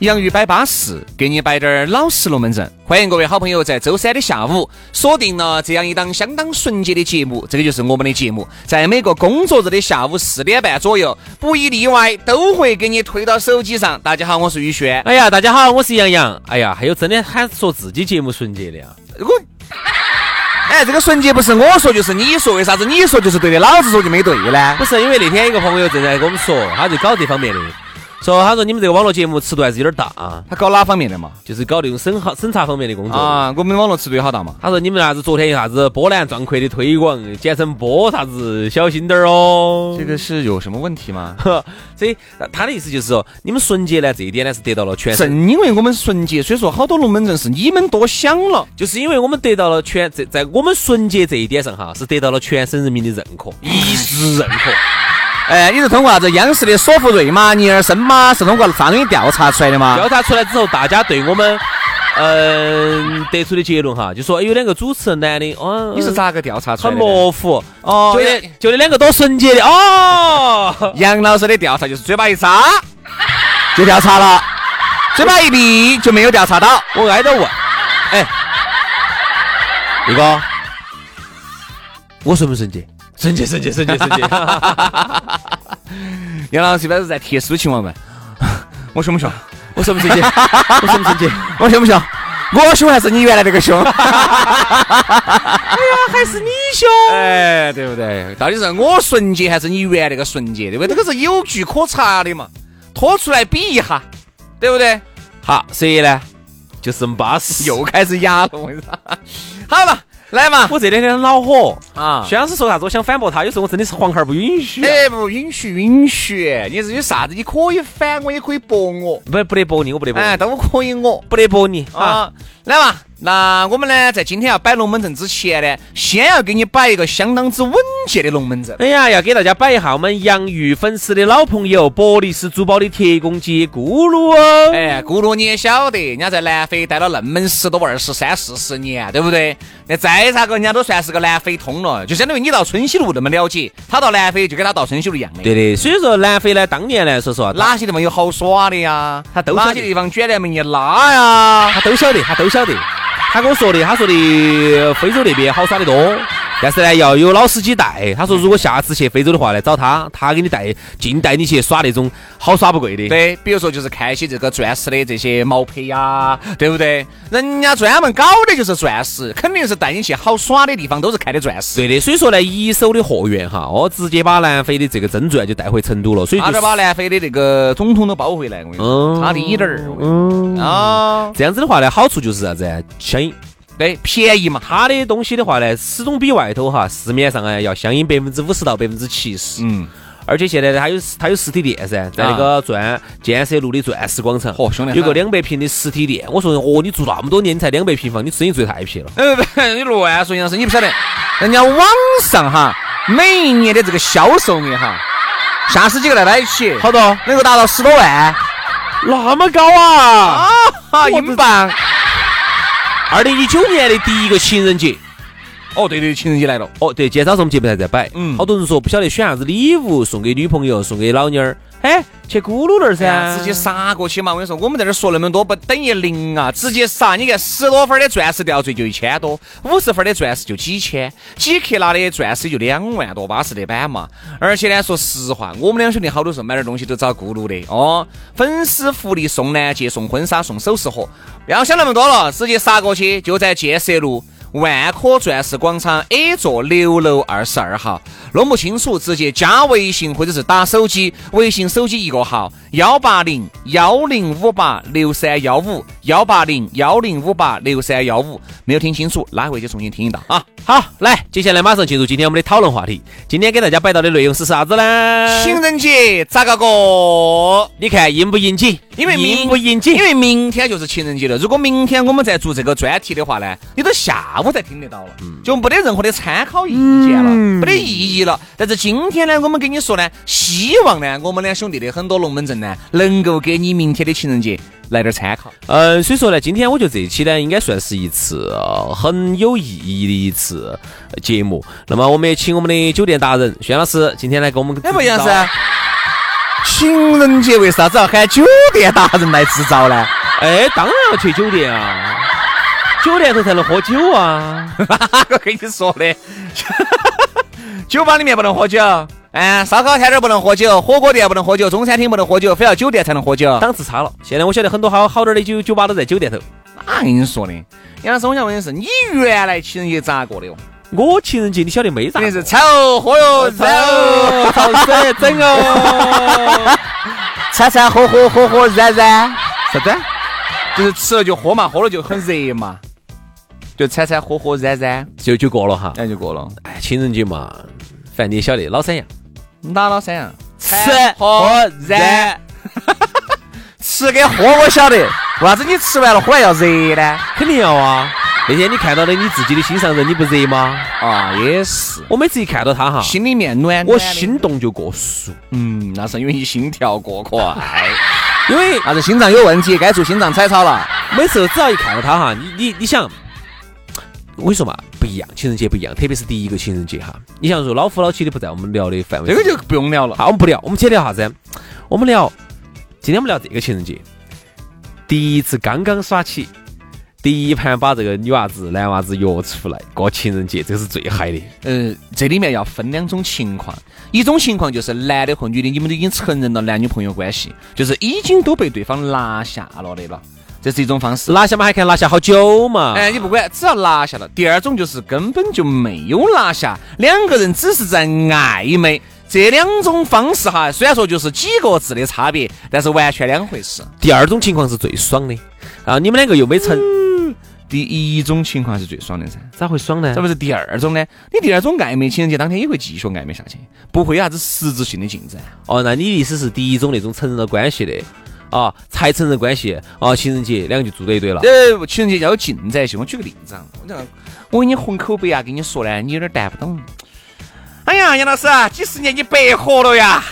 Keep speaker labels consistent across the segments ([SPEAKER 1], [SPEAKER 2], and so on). [SPEAKER 1] 洋芋摆巴适，给你摆点儿老实龙门阵。欢迎各位好朋友在周三的下午锁定了这样一档相当纯洁的节目，这个就是我们的节目，在每个工作日的下午四点半左右，不一例外都会给你推到手机上。大家好，我是宇轩。
[SPEAKER 2] 哎呀，大家好，我是杨洋。哎呀，还有真的喊说自己节目纯洁的啊呀？
[SPEAKER 1] 我，哎，这个纯洁不是我说就是你说，为啥子你说就是对的，老子说就没对呢？
[SPEAKER 2] 不是，因为那天一个朋友正在跟我们说，他就搞这方面的，说他说你们这个网络节目尺度还是有点大，啊
[SPEAKER 1] 他搞哪方面的嘛？
[SPEAKER 2] 就是搞那种审核审查方面的工作。
[SPEAKER 1] 啊，我们网络尺度有好大嘛？
[SPEAKER 2] 他说你们啥子昨天有啥子波澜壮阔的推广，简称波啥子，小心点儿哦。
[SPEAKER 1] 这个是有什么问题吗？
[SPEAKER 2] 呵， 所以他他的意思就是说，你们纯洁呢这一点呢是得到了全
[SPEAKER 1] 正因为我们纯洁，所以说好多龙门阵是你们多想了。
[SPEAKER 2] 就是因为我们得到了全在在我们纯洁这一点上哈，是得到了全省人民的认可，一致认可。
[SPEAKER 1] 哎，你是通过啥子央视的索福瑞吗？尼尔森吗？是通过啥东西调查出来的吗？
[SPEAKER 2] 调查出来之后，大家对我们，嗯、得出的结论哈，就说哎有两个主持人男的，哦，
[SPEAKER 1] 你是咋个调查出
[SPEAKER 2] 很
[SPEAKER 1] 来的？
[SPEAKER 2] 模糊，
[SPEAKER 1] 哦
[SPEAKER 2] 就那就那两个多纯洁的，哦，
[SPEAKER 1] 杨老师的调查就是嘴巴一扎就调查了，嘴巴一闭就没有调查到。
[SPEAKER 2] 我挨着问，哎，那个， 我纯不纯洁？纯洁，纯洁，纯洁，纯洁。
[SPEAKER 1] 杨老师一般是在特殊情况问， 我凶不凶？
[SPEAKER 2] 我纯不纯洁？我纯不纯洁？
[SPEAKER 1] 我凶不凶？我凶还是你原来那个凶？
[SPEAKER 2] 哎还是你凶？
[SPEAKER 1] 哎，对不对？到底是我纯洁还是你原来那个纯洁？对不对？这个是有据可查的嘛，拖出来比一下，对不对？
[SPEAKER 2] 好，所以呢，就是巴适。
[SPEAKER 1] 又开始哑了，我跟你说。 好嘛，来嘛，
[SPEAKER 2] 我这两天恼火
[SPEAKER 1] 啊
[SPEAKER 2] 薛老师说啥子，我想反驳他，有时候我真的是黄孩儿不允许啊。
[SPEAKER 1] 哎，不允许允许，你是有啥子？你可以反我，也可以驳我，
[SPEAKER 2] 不不得驳你，我不得驳你，
[SPEAKER 1] 哎，都可以我
[SPEAKER 2] 不得驳你啊！
[SPEAKER 1] 啊。来嘛，那我们呢，在今天要摆龙门阵之前呢，先要给你摆一个相当之稳健的龙门阵。
[SPEAKER 2] 哎呀，要给大家摆一下我们洋芋粉丝的老朋友伯利斯珠宝的铁公鸡咕噜哦。
[SPEAKER 1] 哎，咕噜你也晓得，人家在南非待了那么十多、二十三、四十年，对不对？那再咋个，人家都算是个南非通了，就相当于你到春熙路那么了解，他到南非就跟他到春熙路一样的。
[SPEAKER 2] 对的，所以说南非呢，当年来说说
[SPEAKER 1] 哪些地方有好耍的呀？
[SPEAKER 2] 他都晓得
[SPEAKER 1] 哪些地方卷帘门一拉呀？
[SPEAKER 2] 他都晓得，他都晓得。他跟我说的，他说的呃非洲那边好耍得多，但是呢要有老司机带。他说如果下次去非洲的话呢，找他，他给你带，尽带你去耍那种好耍不贵的。
[SPEAKER 1] 对，比如说就是看一些这个钻石的这些毛坯呀，对不对？人家专门搞的就是钻石，肯定是带你去好耍的地方都是看的钻石。
[SPEAKER 2] 对的，所以说呢，一手的货源哈，哦，直接把南非的这个真钻就带回成都了，所以
[SPEAKER 1] 他
[SPEAKER 2] 就
[SPEAKER 1] 啊这把南非的那个总统都包回来，我跟你说，
[SPEAKER 2] 嗯
[SPEAKER 1] 差滴点儿。我跟你
[SPEAKER 2] 嗯
[SPEAKER 1] 说啊，
[SPEAKER 2] 这样子的话呢，好处就是啥子啊？相应
[SPEAKER 1] 对，便宜嘛。
[SPEAKER 2] 它的东西的话呢，始终比外头哈市面上啊要相应百分之五十到百分之七十。
[SPEAKER 1] 嗯，
[SPEAKER 2] 而且现在呢它有它有实体店噻，在那个钻建设路的钻石广场，
[SPEAKER 1] 啊嚯凶得很
[SPEAKER 2] 有个两百平的实体店。我说哦，你住那么多年，你才两百平方，你生意做得太撇了。
[SPEAKER 1] 呃，不你乱说，杨老师，你不晓得，人家网上哈，每一年的这个销售额哈，下十几个来在一起，
[SPEAKER 2] 好多，
[SPEAKER 1] 能够达到十多万
[SPEAKER 2] 那么高啊！
[SPEAKER 1] 啊，哈英镑。
[SPEAKER 2] 二零一九年的第一个情人节，
[SPEAKER 1] 哦，对对，情人节来了，
[SPEAKER 2] 哦，对，今天早上我们节目还在摆，
[SPEAKER 1] 嗯
[SPEAKER 2] 好多人说不晓得选啥子礼物送给女朋友，送给老妞儿，哎，去咕噜那儿
[SPEAKER 1] 这样
[SPEAKER 2] 噻，
[SPEAKER 1] 直接杀过去嘛！我跟你说，我们在这儿说那么多，不等于零啊！直接杀，你看十多分的钻石吊坠就一千多，五十分的钻石就几千，几克拉的钻石就两万多，巴适的板嘛！而且呢，说实话，我们两兄弟好多时候买点东西都找咕噜的哦。粉丝福利送钻戒、送婚纱、送首饰盒，不要想那么多了，直接杀过去，就在建设路。万科钻石广场 A 座六楼二十二号。弄不清楚，直接加微信或者是打手机，微信手机一个号幺八零幺零五八六三幺五幺八零幺零五八六三幺五。没有听清楚，拉回去重新听一道啊。
[SPEAKER 2] 好，来，接下来马上进入今天我们的讨论话题。今天给大家摆到的内容是啥子呢？
[SPEAKER 1] 情人节咋个过？
[SPEAKER 2] 你看应不应景？
[SPEAKER 1] 因为明
[SPEAKER 2] 应不应景
[SPEAKER 1] 因？为明天就是情人节了。如果明天我们在做这个专题的话呢，你都下午才听得到了，就没得任何的参考意见了，没得意义了。但是今天呢，我们跟你说呢，希望呢，我们两兄弟的很多龙门阵呢，能够给你明天的情人节来点参考。
[SPEAKER 2] 嗯，所以说呢，今天我觉得这一期呢，应该算是一次、呃很有意义的一次呃节目。那么我们也请我们的酒店达人轩老师今天来给我们
[SPEAKER 1] 哎，不
[SPEAKER 2] 一
[SPEAKER 1] 杨
[SPEAKER 2] 样
[SPEAKER 1] 老师，情人节为啥子要喊酒店达人来支招呢？
[SPEAKER 2] 哎，当然要去酒店啊，酒店头才能喝酒啊。
[SPEAKER 1] 哪个跟你说的？酒吧里面不能喝酒， 嗯，烧烤摊儿不能喝酒，火锅店不能喝酒，中餐厅不能喝酒，非要酒店才能喝酒。
[SPEAKER 2] 档次差了，现在我晓得很多好好点儿的酒酒吧都在酒店头。
[SPEAKER 1] 哪跟你说的？杨老师，我想问的是，你原来情人节咋过的哟？
[SPEAKER 2] 我情人节你晓得没咋过？
[SPEAKER 1] 肯定是炒喝哟，
[SPEAKER 2] 走
[SPEAKER 1] 炒
[SPEAKER 2] 操死整哦！
[SPEAKER 1] 吃吃喝喝喝喝热热，啥子？就是吃了就喝嘛，喝了就很热嘛，就吃吃喝喝热热，哎
[SPEAKER 2] 就就过了哈。
[SPEAKER 1] 然后就过了。
[SPEAKER 2] 哎，情人节嘛，反正你也晓得老三样，
[SPEAKER 1] 哪老三样？
[SPEAKER 2] 吃
[SPEAKER 1] 哎喝热， 吃跟喝我晓得，为啥子你吃完了喝完要热呢？
[SPEAKER 2] 肯定要啊。那天你看到的你自己的心上人，你不热吗？
[SPEAKER 1] 啊，也是，啊
[SPEAKER 2] 我每次一看到他哈，
[SPEAKER 1] 心里面暖暖的
[SPEAKER 2] 我心，动就过速，
[SPEAKER 1] 嗯，那是因为你心跳过快，
[SPEAKER 2] 因为
[SPEAKER 1] 那是心脏有问题，该做心脏彩超了。
[SPEAKER 2] 每次只要一看到他哈，你你你想，我跟你说嘛，不一样，情人节不一样，特别是第一个情人节哈，你想说老夫老妻的不在我们聊的范围之
[SPEAKER 1] 这
[SPEAKER 2] 内，
[SPEAKER 1] 个就不用聊了。
[SPEAKER 2] 好，我们不聊，我们今天聊啥子？我们聊，今天我们聊这个情人节，第一次刚刚耍起，第一盘把这个女娃子、男娃子约出来过情人节，这是最嗨的。
[SPEAKER 1] 呃，这里面要分两种情况，一种情况就是男的和女的，你们都已经承认了男女朋友关系，就是已经都被对方拿下了的了，这是一种方式。
[SPEAKER 2] 拿下嘛，还看拿下好久嘛？
[SPEAKER 1] 哎，你不管，只要拿下了。第二种就是根本就没有拿下，两个人只是在暧昧。这两种方式哈，虽然说就是几个字的差别，但是完全两回事。
[SPEAKER 2] 第二种情况是最爽的啊！你们两个又没成，
[SPEAKER 1] 第一种情况是最爽的噻，
[SPEAKER 2] 咋会爽呢
[SPEAKER 1] 这？不是第二种呢？你第二种暧昧，情人节哎当天也会继续暧昧下去，不会有啥子实质性的进展。
[SPEAKER 2] 哦，那你的意思是第一种那种承认了关系的啊，才承认关系啊，情人节两个就住在一堆了。
[SPEAKER 1] 呃，情人节要有进展性。我举个例子啊，我这样我给你混口碑啊，跟你说呢，你有点担不懂。哎呀，杨老师啊，几十年你白活了呀！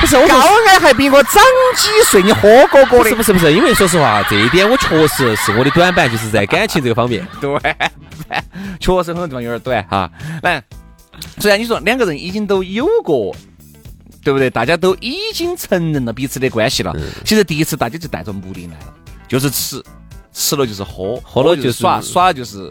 [SPEAKER 2] 不是，我
[SPEAKER 1] 高矮还比我长几岁，你喝哥哥
[SPEAKER 2] 不是不是不是，因为说实话，这一点我确实是我的短板，就是在感情这个方面。
[SPEAKER 1] 短，确实很多地方有点短哈。来，虽然你说两个人已经都有过。对不对？大家都已经承认了彼此的关系了。其实第一次大家就带着目的来了，就是吃，吃了就是喝，
[SPEAKER 2] 喝了就是
[SPEAKER 1] 耍，耍就是，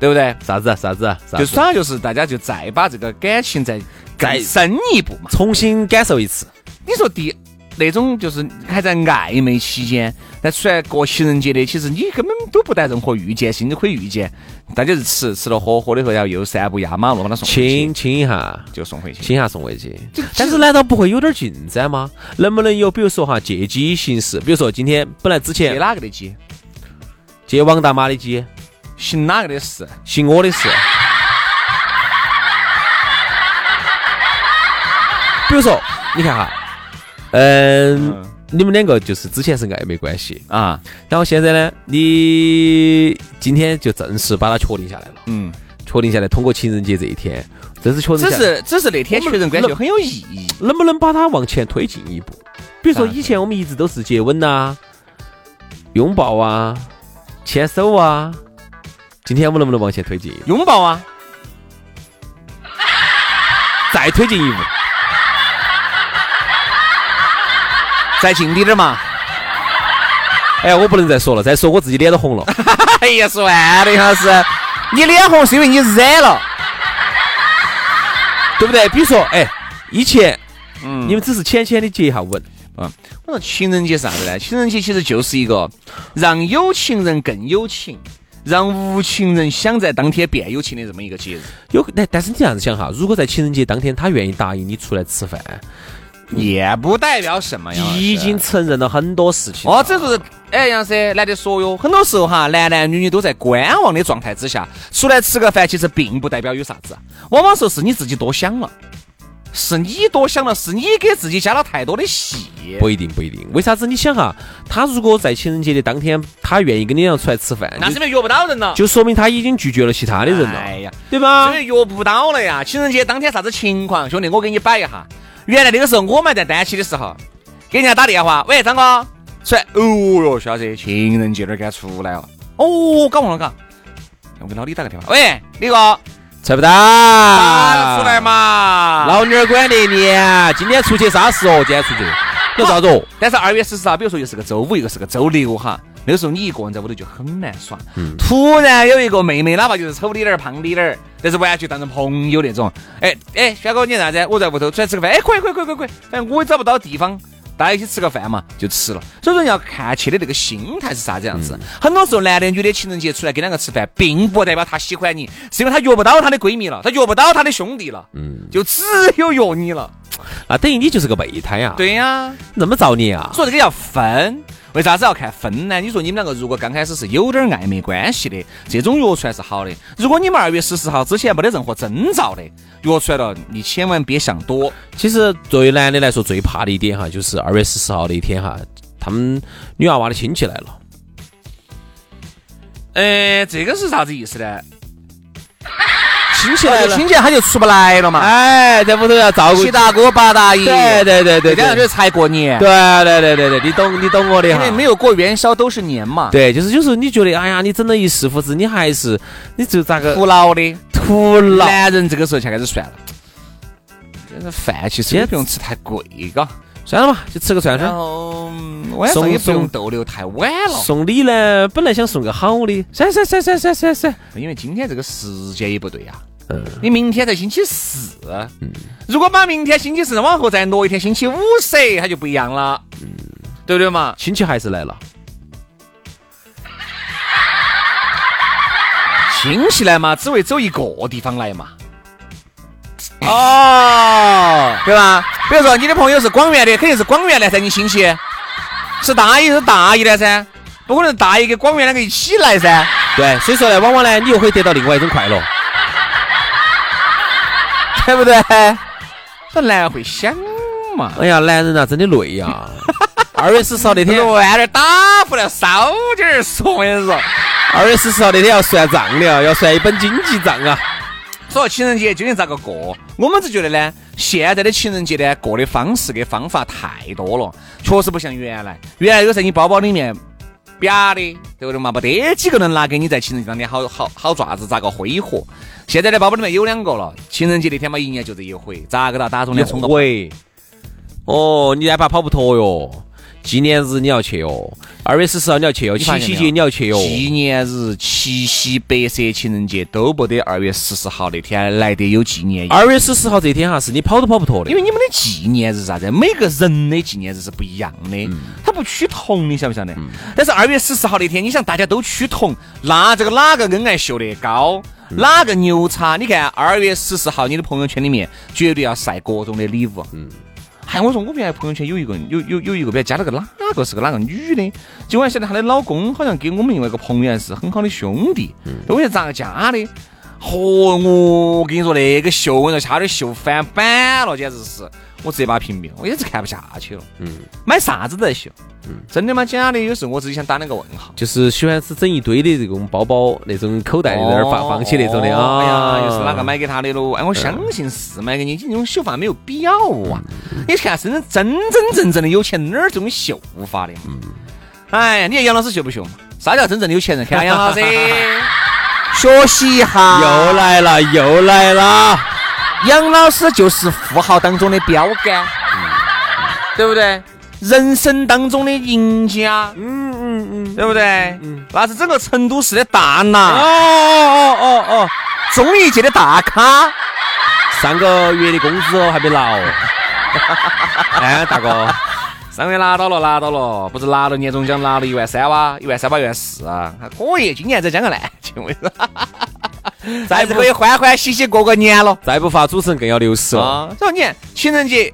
[SPEAKER 1] 对不对？
[SPEAKER 2] 啥子啊啥子啊啥
[SPEAKER 1] 就
[SPEAKER 2] 子？
[SPEAKER 1] 耍就是大家就再把这个感情再
[SPEAKER 2] 再
[SPEAKER 1] 更深一步嘛。
[SPEAKER 2] 重新感受一次。
[SPEAKER 1] 你说第那种就是还在暧昧期间，但出来过情人节的，其实你根本都不带任何预见性，你可以预见，大家是吃吃了喝喝的时候，然后又散步压马路把他送回去
[SPEAKER 2] 亲，亲一下，
[SPEAKER 1] 就送回去。
[SPEAKER 2] 亲一下送回去。但是难道不会有点进展吗？能不能有比如说哈借机行事？比如说今天本来之
[SPEAKER 1] 接
[SPEAKER 2] 前
[SPEAKER 1] 哪个的鸡，
[SPEAKER 2] 借王大妈的鸡，
[SPEAKER 1] 行哪个的事，
[SPEAKER 2] 行我的事。比如说，你看哈，嗯
[SPEAKER 1] 嗯，
[SPEAKER 2] 你们两个就是之前是暧昧关系，
[SPEAKER 1] 啊，
[SPEAKER 2] 然后现在呢，你今天就正式把它确定下来了，
[SPEAKER 1] 嗯，
[SPEAKER 2] 确定下来，通过情人节这一天，正式确认下
[SPEAKER 1] 只
[SPEAKER 2] 来。
[SPEAKER 1] 是只是那天确认关系就很有意义。
[SPEAKER 2] 能不能把它往前推进一步？比如说
[SPEAKER 1] 啥
[SPEAKER 2] 以前我们一直都是接吻呐、拥抱啊、牵手啊，今天我们能不能往前推进一步？
[SPEAKER 1] 拥抱啊，
[SPEAKER 2] 再推进一步，
[SPEAKER 1] 再近滴点儿嘛。
[SPEAKER 2] 哎，我不能再说了，再说我自己脸都红 了。
[SPEAKER 1] 哎呀，是完的，杨老师，你脸红是因为你惹了。
[SPEAKER 2] 对不对？比如说，哎，以前，
[SPEAKER 1] 嗯
[SPEAKER 2] 你们只是浅浅的接一下吻，
[SPEAKER 1] 啊，我说情人节是啥子呢？情人节其实就是一个让有情人更有情，让无情人想在当天变有情的这么一个节日。
[SPEAKER 2] 有，但但是你这样子想哈，如果在情人节当天他愿意答应你出来吃饭，
[SPEAKER 1] 也不代表什哎么呀，啊
[SPEAKER 2] 已经承认了很多事情。
[SPEAKER 1] 哦，这就是哎杨师来的说哟，很多时候哈，男男女女都在观望的状态之下，出来吃个饭，其实并不代表有啥子，啊往往时候是你自己多想了，是你多想了，是你给自己加了太多的戏。
[SPEAKER 2] 不一定，不一定。为啥子？你想哈，他如果在情人节的当天，他愿意跟你俩出来吃饭，
[SPEAKER 1] 那
[SPEAKER 2] 就
[SPEAKER 1] 这边约不到人了，
[SPEAKER 2] 就说明他已经拒绝了其他的人了，
[SPEAKER 1] 哎呀
[SPEAKER 2] 对吧
[SPEAKER 1] 这？边约不到了呀。情人节当天啥子情况？兄弟，我给你摆一下。原来那个时候我们在单期的时候，给人家打电话，喂，张哥，出来。哦哟，小子，情人节那儿该出来了。哦，搞忘了嘎。我给老李打个电话，喂，李哥，
[SPEAKER 2] 猜不到，
[SPEAKER 1] 啊，出来嘛。
[SPEAKER 2] 老娘儿管得你，今天出去啥事哦？今天出去，你啥子哦？
[SPEAKER 1] 但是二月十四号，比如说又是个周五，一个是个周六哈，那个时候你一个人在屋头就很难耍。突然有一个妹妹，哪怕就是丑滴点儿、胖滴点儿，但是完全当成朋友那种。哎哎，轩哥，你啥子？我在屋头出来吃个饭。哎，可以可以可以可以可以，反正我也找不到地方。大家一起吃个饭嘛，就吃了。所以说你要看去的那个心态是啥子样子。很多时候，男的女的情人节出来跟两个吃饭，并不代表他喜欢你，是因为他约不到他的闺蜜了，他约不到他的兄弟了，
[SPEAKER 2] 嗯
[SPEAKER 1] 就只有约你了。
[SPEAKER 2] 那等于你就是个备胎啊呀、，
[SPEAKER 1] 对呀、
[SPEAKER 2] 那么造孽啊！
[SPEAKER 1] 所以这个要分，为啥子要看分呢？你说你们两个如果刚开始是有点暧昧关系的，这种约出来是好的。如果你们二月十四号之前没得任何征兆的约出来了，你千万别想多。
[SPEAKER 2] 其实作为男的来说，最怕的一点哈，就是二月十四号那一天哈，他们女娃娃的亲戚来了。
[SPEAKER 1] 呃，这个是啥子意思呢？
[SPEAKER 2] 亲戚
[SPEAKER 1] 对，亲戚他就出不来了嘛。
[SPEAKER 2] 哎，在屋头要照顾
[SPEAKER 1] 七。大姑八大姨，
[SPEAKER 2] 对对对对对
[SPEAKER 1] 这样就才过年，
[SPEAKER 2] 对对对对对，你懂你懂我的
[SPEAKER 1] 因
[SPEAKER 2] 哈
[SPEAKER 1] 为。没有过元宵都是年嘛，
[SPEAKER 2] 对，就是有时候你觉得，哎呀，你整了一世胡子，你还是你就咋个
[SPEAKER 1] 徒劳的。
[SPEAKER 2] 徒劳。
[SPEAKER 1] 男人这个时候才开始算了，这个饭其实也不用吃太贵，嘎。
[SPEAKER 2] 算了吧，就吃个串
[SPEAKER 1] 然
[SPEAKER 2] 串。
[SPEAKER 1] 后嗯晚上也不用逗留太晚了，
[SPEAKER 2] 送礼呢，本来想送个好的，算算算算算算算。
[SPEAKER 1] 因为今天这个时间也不对呀、
[SPEAKER 2] 嗯
[SPEAKER 1] 你明天才星期四，如果把明天星期四往后再挪一天星期五噻，它就不一样了，对不对嘛？
[SPEAKER 2] 亲戚还是来了，
[SPEAKER 1] 亲戚来嘛，只会走一个地方来嘛。哦，对吧？比如说你的朋友是广元的，肯定是广元来噻，你亲戚是大姨是大姨来噻，不可能大姨跟广元两个一起来噻。
[SPEAKER 2] 对，所以说呢，往往呢，你又会得到另外一种快乐。
[SPEAKER 1] 对不对？这男人会想嘛，
[SPEAKER 2] 哎呀，男人呐、真的累呀、二月十四号那 天，
[SPEAKER 1] 乱点打不了，烧点儿说，我跟你说。
[SPEAKER 2] 二月十四号那天要算账的啊，要算一本经济账啊。
[SPEAKER 1] 所以情人节究竟咋个过？我们只觉得呢，现在的情人节呢，过的方式跟方法太多了，确实不像原来。原来有在你包包里面。啪的，对不对嘛？没得几个能拿给你在情人节当天好好好爪子咋个挥霍。现在的包包里面有两个了，情人节那天嘛，一年就这一回，咋个到打肿脸充个
[SPEAKER 2] 喂，哦，你还怕跑不脱哟？纪念日你要去哟，二月十四号你要去哟，
[SPEAKER 1] 你
[SPEAKER 2] 七
[SPEAKER 1] 发现没有
[SPEAKER 2] 夕节你要去哟。
[SPEAKER 1] 纪念日、七夕、白色情人节都不得二月十四号那天来得有纪念意义，
[SPEAKER 2] 二月十四号这天哈，是你跑都跑不脱的，
[SPEAKER 1] 因为你们的纪念日是啥子？每个人的纪念日是不一样的，它不趋同，你晓不晓得？但是二月十四号那天，你想大家都趋同，那这个哪个恩爱秀得高？哪个牛叉？你看二月十四号，你的朋友圈里面绝对要晒各种的礼物。嗯，还我说我原来朋友圈有一个有有有一个，不要加了个哪个是个哪个女的，结果还晓得她的老公好像跟我们另外一个朋友还是很好的兄弟，我觉得咋个加的？嚯、我跟你说那个秀，我跟你说差点秀翻版了，简直是，我直接把它屏蔽了，我也是看不下去了。嗯，买啥子都在秀，真的吗？假的？有时候我自己想打两个问号。
[SPEAKER 2] 就是喜欢是整一堆的这种包包，那种口袋里那儿放放起那种的
[SPEAKER 1] 哦
[SPEAKER 2] 啊。
[SPEAKER 1] 哎呀，又是哪个？买给他的喽？哎，我相信是买给你，你这种秀法没有必要啊！你看，真正真真正正的有钱人哪儿这种秀法的？哎呀，你看杨老师秀不秀嘛？啥叫真正的有钱人？看下杨老师，学习一下。
[SPEAKER 2] 又来了，又来了。
[SPEAKER 1] 杨老师就是富豪当中的标杆，对不对？人生当中的赢家，嗯嗯嗯，对不对？那是整个成都市的大
[SPEAKER 2] 哦
[SPEAKER 1] 拿，
[SPEAKER 2] 哦哦哦，
[SPEAKER 1] 综艺界的大咖。
[SPEAKER 2] 上个月的工资哦还没拿哦。哎，大哥，
[SPEAKER 1] 上回拿到了，拿到了，不是拿了年终奖，拿了一万三哇，一万三八，一万四啊，还可以。今年再将个烂，请问， 还是可以欢欢喜喜过个年了
[SPEAKER 2] 再不发主持人更要哦流失了。
[SPEAKER 1] 啊。然后你看情人节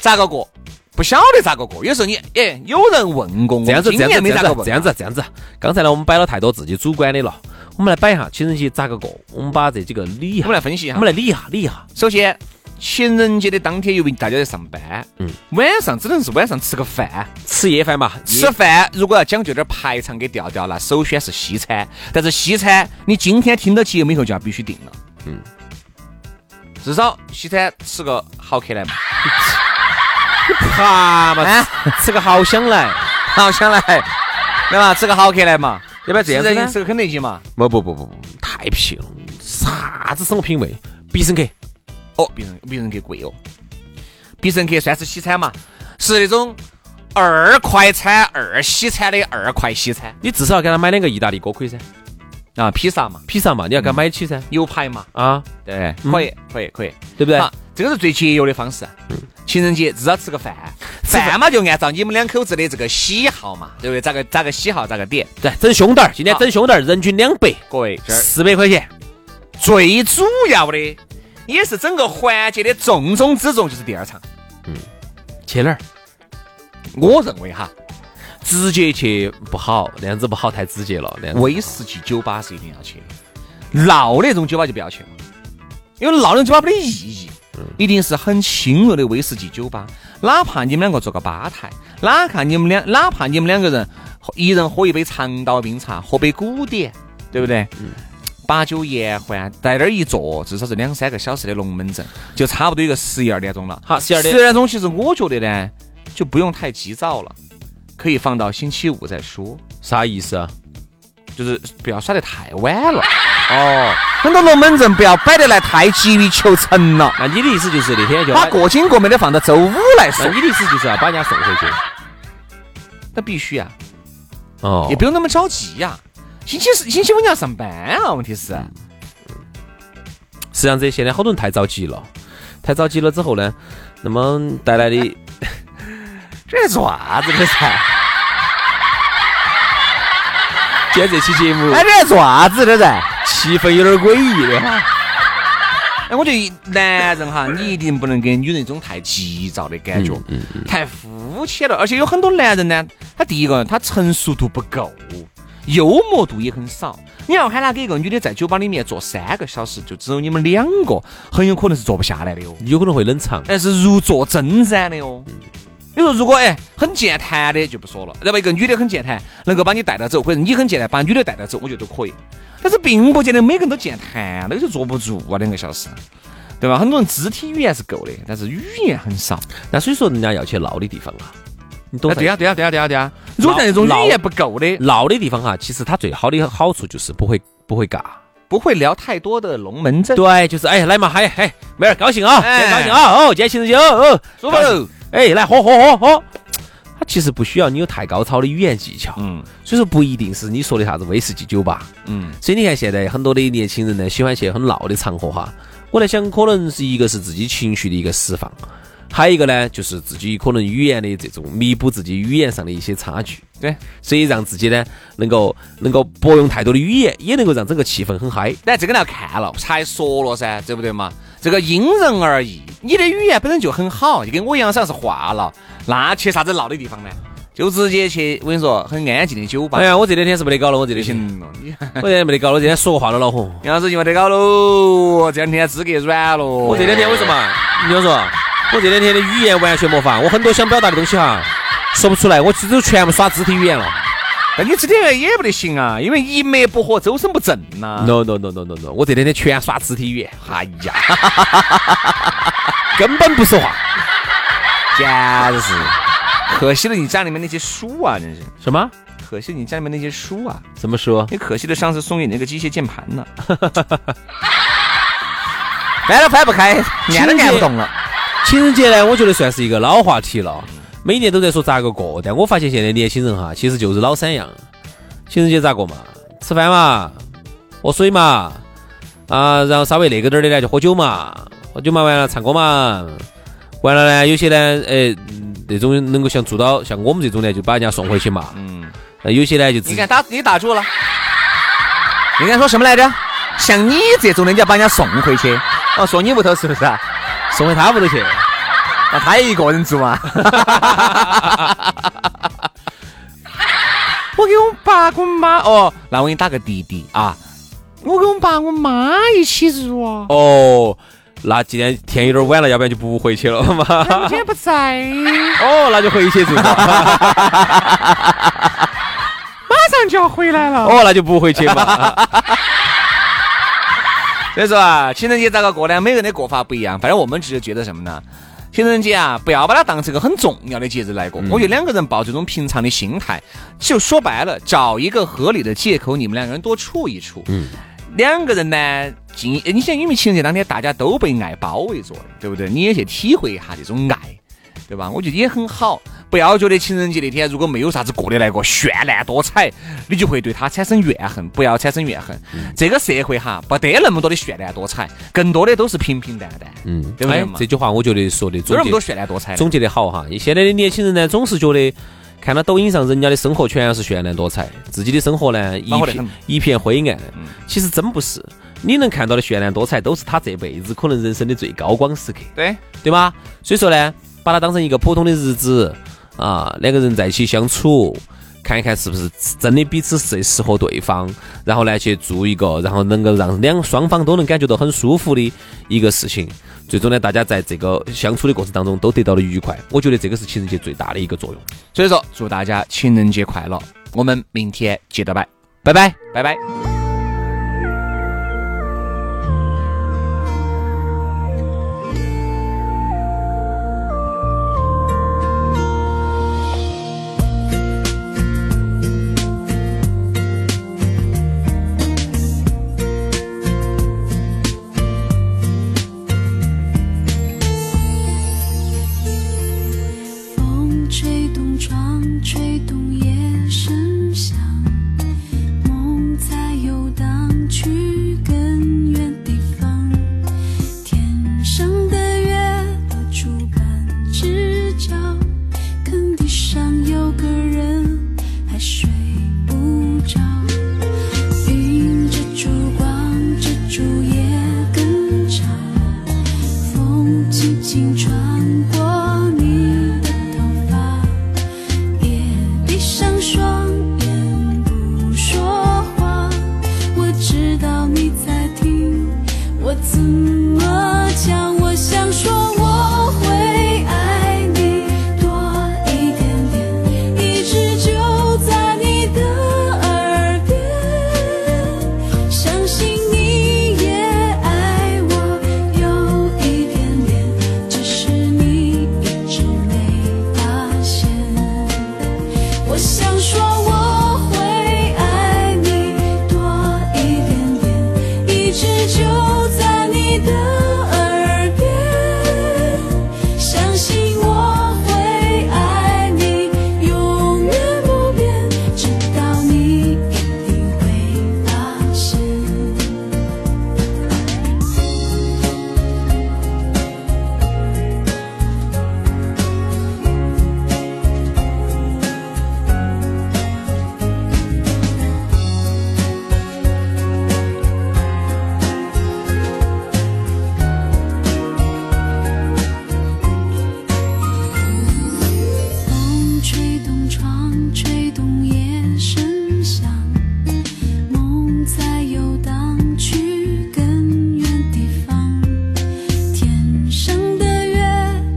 [SPEAKER 1] 咋个过？不晓得咋个过。有时候你，哎，有人问过我，
[SPEAKER 2] 这样子，
[SPEAKER 1] 今
[SPEAKER 2] 这样子，
[SPEAKER 1] 年没
[SPEAKER 2] 这
[SPEAKER 1] 咋个
[SPEAKER 2] 样
[SPEAKER 1] 问
[SPEAKER 2] 子，
[SPEAKER 1] 啊，
[SPEAKER 2] 这样子，这样子。刚才呢，我们摆了太多自己主观的了，我们来摆一下情人节咋个过。我们把这几个理一
[SPEAKER 1] 我
[SPEAKER 2] 下
[SPEAKER 1] 们，来分析一
[SPEAKER 2] 我
[SPEAKER 1] 下
[SPEAKER 2] 们。来理一下，理一下。
[SPEAKER 1] 首先，情人节的当天，由于大家在上班，
[SPEAKER 2] 嗯
[SPEAKER 1] 嗯，晚上只能是晚上吃个饭。
[SPEAKER 2] 吃夜饭嘛，
[SPEAKER 1] 吃饭如果要讲究点排场给调调，那首选是西餐。但是西餐，你今天听到节目以后就要必须定了。
[SPEAKER 2] 嗯
[SPEAKER 1] 嗯，至少西餐吃个好客来嘛，
[SPEAKER 2] 爬嘛，
[SPEAKER 1] 啊，
[SPEAKER 2] 吃个好香来。
[SPEAKER 1] 好想来，对吧？吃个好客来嘛，
[SPEAKER 2] 要不然这样子
[SPEAKER 1] 吃
[SPEAKER 2] 呢
[SPEAKER 1] 个吃？个肯德基嘛。
[SPEAKER 2] 不不不不不，太皮了，啥子生活品味？必胜客，
[SPEAKER 1] 哦，必胜必胜客贵哦，必胜客算是西餐嘛，是那种二快餐、二西餐的二快西餐
[SPEAKER 2] 你至少给他买两个意大利锅可以噻，
[SPEAKER 1] 啊，披萨嘛，
[SPEAKER 2] 披萨嘛，你
[SPEAKER 1] 嗯
[SPEAKER 2] 要给他买起噻，
[SPEAKER 1] 牛排嘛，
[SPEAKER 2] 啊，
[SPEAKER 1] 对，
[SPEAKER 2] 嗯
[SPEAKER 1] 可以，可以，可以。
[SPEAKER 2] 对不对？
[SPEAKER 1] 好，这个是最节约的方式。啊情人节至少嗯 吃个饭，饭嘛就按照你们两口子的这个喜好嘛，对不对？咋个咋个喜好咋个点。
[SPEAKER 2] 对，整胸点儿，今天
[SPEAKER 1] 啊
[SPEAKER 2] 整胸点儿，人均两百，
[SPEAKER 1] 各位，这儿
[SPEAKER 2] 四百块钱。
[SPEAKER 1] 最主要的也是整个环节的重中之重就是第二场。
[SPEAKER 2] 去哪儿？
[SPEAKER 1] 我认为哈，
[SPEAKER 2] 直接去不好，那样子不好，太直接了。那样子
[SPEAKER 1] 威士忌酒吧是一定要去的，闹那种酒吧就不要去了，因为闹那种酒吧没得意义。一定是很轻柔的威士忌酒吧，哪怕你们两个做个吧台，哪怕你们两，哪怕你们两个人喝一人喝一杯长岛冰茶，喝杯古典，对不对？把酒言欢，在那儿一坐，至少是两三个小时的龙门阵，就差不多一个十一二点钟了。
[SPEAKER 2] 好12点
[SPEAKER 1] 十二点钟，其实我觉得呢，就不用太急躁了，可以放到星期五再说。
[SPEAKER 2] 啥意思啊？
[SPEAKER 1] 就是不要耍得太晚了。哦，很多龙门阵不要摆得来太急于求成了，
[SPEAKER 2] 那你的意思就是那天就要
[SPEAKER 1] 把
[SPEAKER 2] 把，
[SPEAKER 1] 过紧过没的放到周五来说
[SPEAKER 2] 那，你的意思就是要把人家送回去？
[SPEAKER 1] 哎那必须啊，
[SPEAKER 2] 哦
[SPEAKER 1] 也不用那么着急呀、星期四、星期五你要上班啊，问题是，
[SPEAKER 2] 实际上，这现在好多人太着急了，太着急了之后呢，那么带来的
[SPEAKER 1] 这是做啥子的 噻？
[SPEAKER 2] 今天这期节目
[SPEAKER 1] 哎，这是做啥子的噻？
[SPEAKER 2] 气氛有点诡异的哈。
[SPEAKER 1] 哎，我觉得男人哈，你一定不能给女人一种太急躁的感觉，太肤浅了。而且有很多男人呢，他第一个他成熟度不够，幽默度也很少。你要喊他给一个女的在酒吧里面坐三个小时，就只有你们两个，很有可能是坐不下来的哟。
[SPEAKER 2] 有可能会冷场，
[SPEAKER 1] 哎，是如坐针毡的哟。你说如果哎很健谈的就不说了，那么一个女的很健谈，能够把你带到走，或者你很健谈把女的带到走，我觉得都可以。但是并不见得每个人都健谈，那个就坐不住啊，两个小时，对吧？很多人肢体语言是够的，但是语言很少。
[SPEAKER 2] 那所以说人家要去闹的地方啊，你懂
[SPEAKER 1] 哎
[SPEAKER 2] 噻？
[SPEAKER 1] 对呀、对呀、对呀、对呀、对呀、如果在那种
[SPEAKER 2] 老
[SPEAKER 1] 语言不够的，
[SPEAKER 2] 闹的地方啊哈，其实它最好的好处就是不会不会尬。
[SPEAKER 1] 不会聊太多的龙门阵，
[SPEAKER 2] 对，就是哎，来嘛，嗨嗨，妹儿高兴啊，
[SPEAKER 1] 哎
[SPEAKER 2] 今天高兴啊，哦，今天情人节哦哦，
[SPEAKER 1] 舒服喽。
[SPEAKER 2] 哎，来喝喝喝喝。它其实不需要你有太高超的语言技巧，
[SPEAKER 1] 嗯
[SPEAKER 2] 所以说不一定是你说的啥子威士忌酒吧。
[SPEAKER 1] 嗯，
[SPEAKER 2] 所以你看现在很多的年轻人呢，喜欢去很闹的场合哈。我在想，可能是一个是自己情绪的一个释放，还有一个呢，就是自己可能语言的这种弥补自己语言上的一些差距。
[SPEAKER 1] 对，
[SPEAKER 2] 所以让自己呢能够能够不用太多的语言，也能够让整个气氛很嗨。
[SPEAKER 1] 但这个呢要看了，才说了噻，对不对嘛？这个因人而异。你的语言本身就很好，就跟我一样，上是话痨，那去啥子闹的地方呢？就直接去，我跟你说，很安静的酒吧
[SPEAKER 2] 哎呀，我这两天是没得搞了，我这
[SPEAKER 1] 就
[SPEAKER 2] 两天，
[SPEAKER 1] 行了。你
[SPEAKER 2] 我这两天没得搞了，我今天说个话都恼火。
[SPEAKER 1] 杨老师就没得搞喽，这两天资格软了。
[SPEAKER 2] 我
[SPEAKER 1] 我
[SPEAKER 2] 这两天为什么？你听我说，我这两天的语言完全没法，我很多想表达的东西哈，说不出来，我其实都全部耍肢体语言了。
[SPEAKER 1] 那你这点也不得行啊，因为一脉不合，周身不正呐、
[SPEAKER 2] No no no no no no，我这两天全耍肢体语言，
[SPEAKER 1] 哎呀，
[SPEAKER 2] 根本不说话。
[SPEAKER 1] 简直是，可惜了你家里面那些书啊，真是，
[SPEAKER 2] 什么？
[SPEAKER 1] 可惜你家里面那些书啊，
[SPEAKER 2] 怎么说？
[SPEAKER 1] 你可惜了上次送给你那个机械键盘 呢，掰都掰不开，按都按不动了。
[SPEAKER 2] 情人节呢，我觉得算是一个老话题了，每年都在说咋个过，但我发现现在年轻人哈，其实就是老三样：情人节咋过嘛？吃饭嘛，喝水嘛，啊，然后稍微那个点儿的呢就喝酒嘛，喝酒嘛完了唱歌嘛，完了呢有些呢，哎，嗯那种能够像做到像我们这种呢，就把人家送回去嘛。嗯，那有些呢就直
[SPEAKER 1] 你看打你打住了，你刚才说什么来着？像你这种的，你要把人家送回去，哦，说你屋头是不是啊？
[SPEAKER 2] 送回他屋头去。
[SPEAKER 1] 那他也一个人住啊嘛？ 我给我爸跟我妈哦，那我给你打个滴滴啊！我跟我爸我妈一起住啊，
[SPEAKER 2] 哦，那今天天有点晚了，要不然就不回去了嘛。
[SPEAKER 1] 今天不在，马
[SPEAKER 2] 哦，那就回去住吧。
[SPEAKER 1] 上就要回来了。
[SPEAKER 2] 哦，那就不回去嘛。
[SPEAKER 1] 所以说啊，情人节咋个过呢？每个人的过法不一样。反正我们只是觉得什么呢？情人节啊，不要把它当成一个很重要的节日来过。我觉得两个人抱这种平常的心态，就说白了，找一个合理的借口，你们两个人多处一处。嗯，两个人呢，进你想，因为情人节当天大家都被爱包围着的，对不对？你也去体会一下这种爱，对吧？我觉得也很好。不要觉得情人节那天如果没有啥子过得来过绚烂多彩，你就会对他产生怨恨。不要产生怨恨。这个社会哈，不得那么多的绚烂多彩，更多的都是平平淡淡。嗯，对不对
[SPEAKER 2] 哎
[SPEAKER 1] 嘛？，
[SPEAKER 2] 这句话我觉得说的
[SPEAKER 1] 哪有
[SPEAKER 2] 总
[SPEAKER 1] 那么多哎
[SPEAKER 2] 结
[SPEAKER 1] 绚烂多彩的？
[SPEAKER 2] 总结的好哈。现在的年轻人呢，总是觉得看到抖音上人家的生活全是绚烂多彩，自己的生活呢一
[SPEAKER 1] 恼火得
[SPEAKER 2] 片
[SPEAKER 1] 很嗯
[SPEAKER 2] 一片灰暗。其实真不是，你能看到的绚烂多彩，都是他这辈子可能人生的最高光时刻。
[SPEAKER 1] 对，
[SPEAKER 2] 对吗？所以说呢，把它当成一个普通的日子啊，两个人在一起相处，看一看是不是真的彼此最适合对方，然后呢去做一个，然后能够让两双方都能感觉到很舒服的一个事情。最终呢，大家在这个相处的过程当中都得到了愉快，我觉得这个是情人节最大的一个作用。
[SPEAKER 1] 所以说祝大家情人节快乐，我们明天接着拜，拜拜，拜拜。
[SPEAKER 3] 风吹动窗，吹动夜声响，梦在游荡，去更远地方。天上的月露出半只脚，坑地上有个人还睡不着。云遮住光，遮住夜更长。风轻轻穿过你的头发，也闭上双眼不说话。我知道你在听，我怎么讲？我想说我会爱你多一点点，一直就在你的耳边。相信你也爱我有一点点，只是你一直没发现。我想说我会爱你多一点点，一直就在你的耳边。相信我会爱你永远不变，直到你一定会发现。风吹动窗，吹动夜声响，梦在游荡，去更远地方。天上的月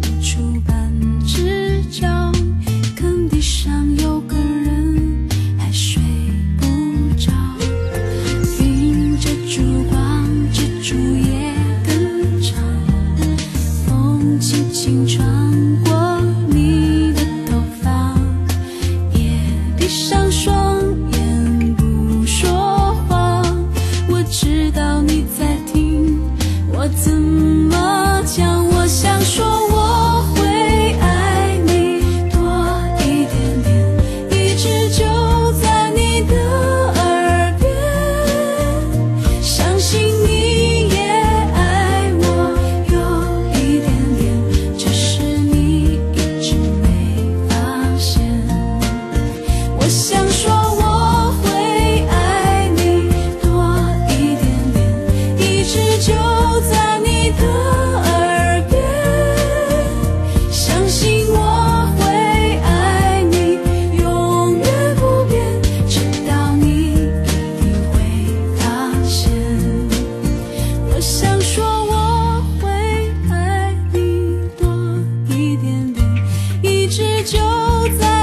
[SPEAKER 3] 露出半只脚，坑地上有个人还睡不着。云遮住光，遮住夜更长。风轻轻穿过你的头发，也闭上双眼就在。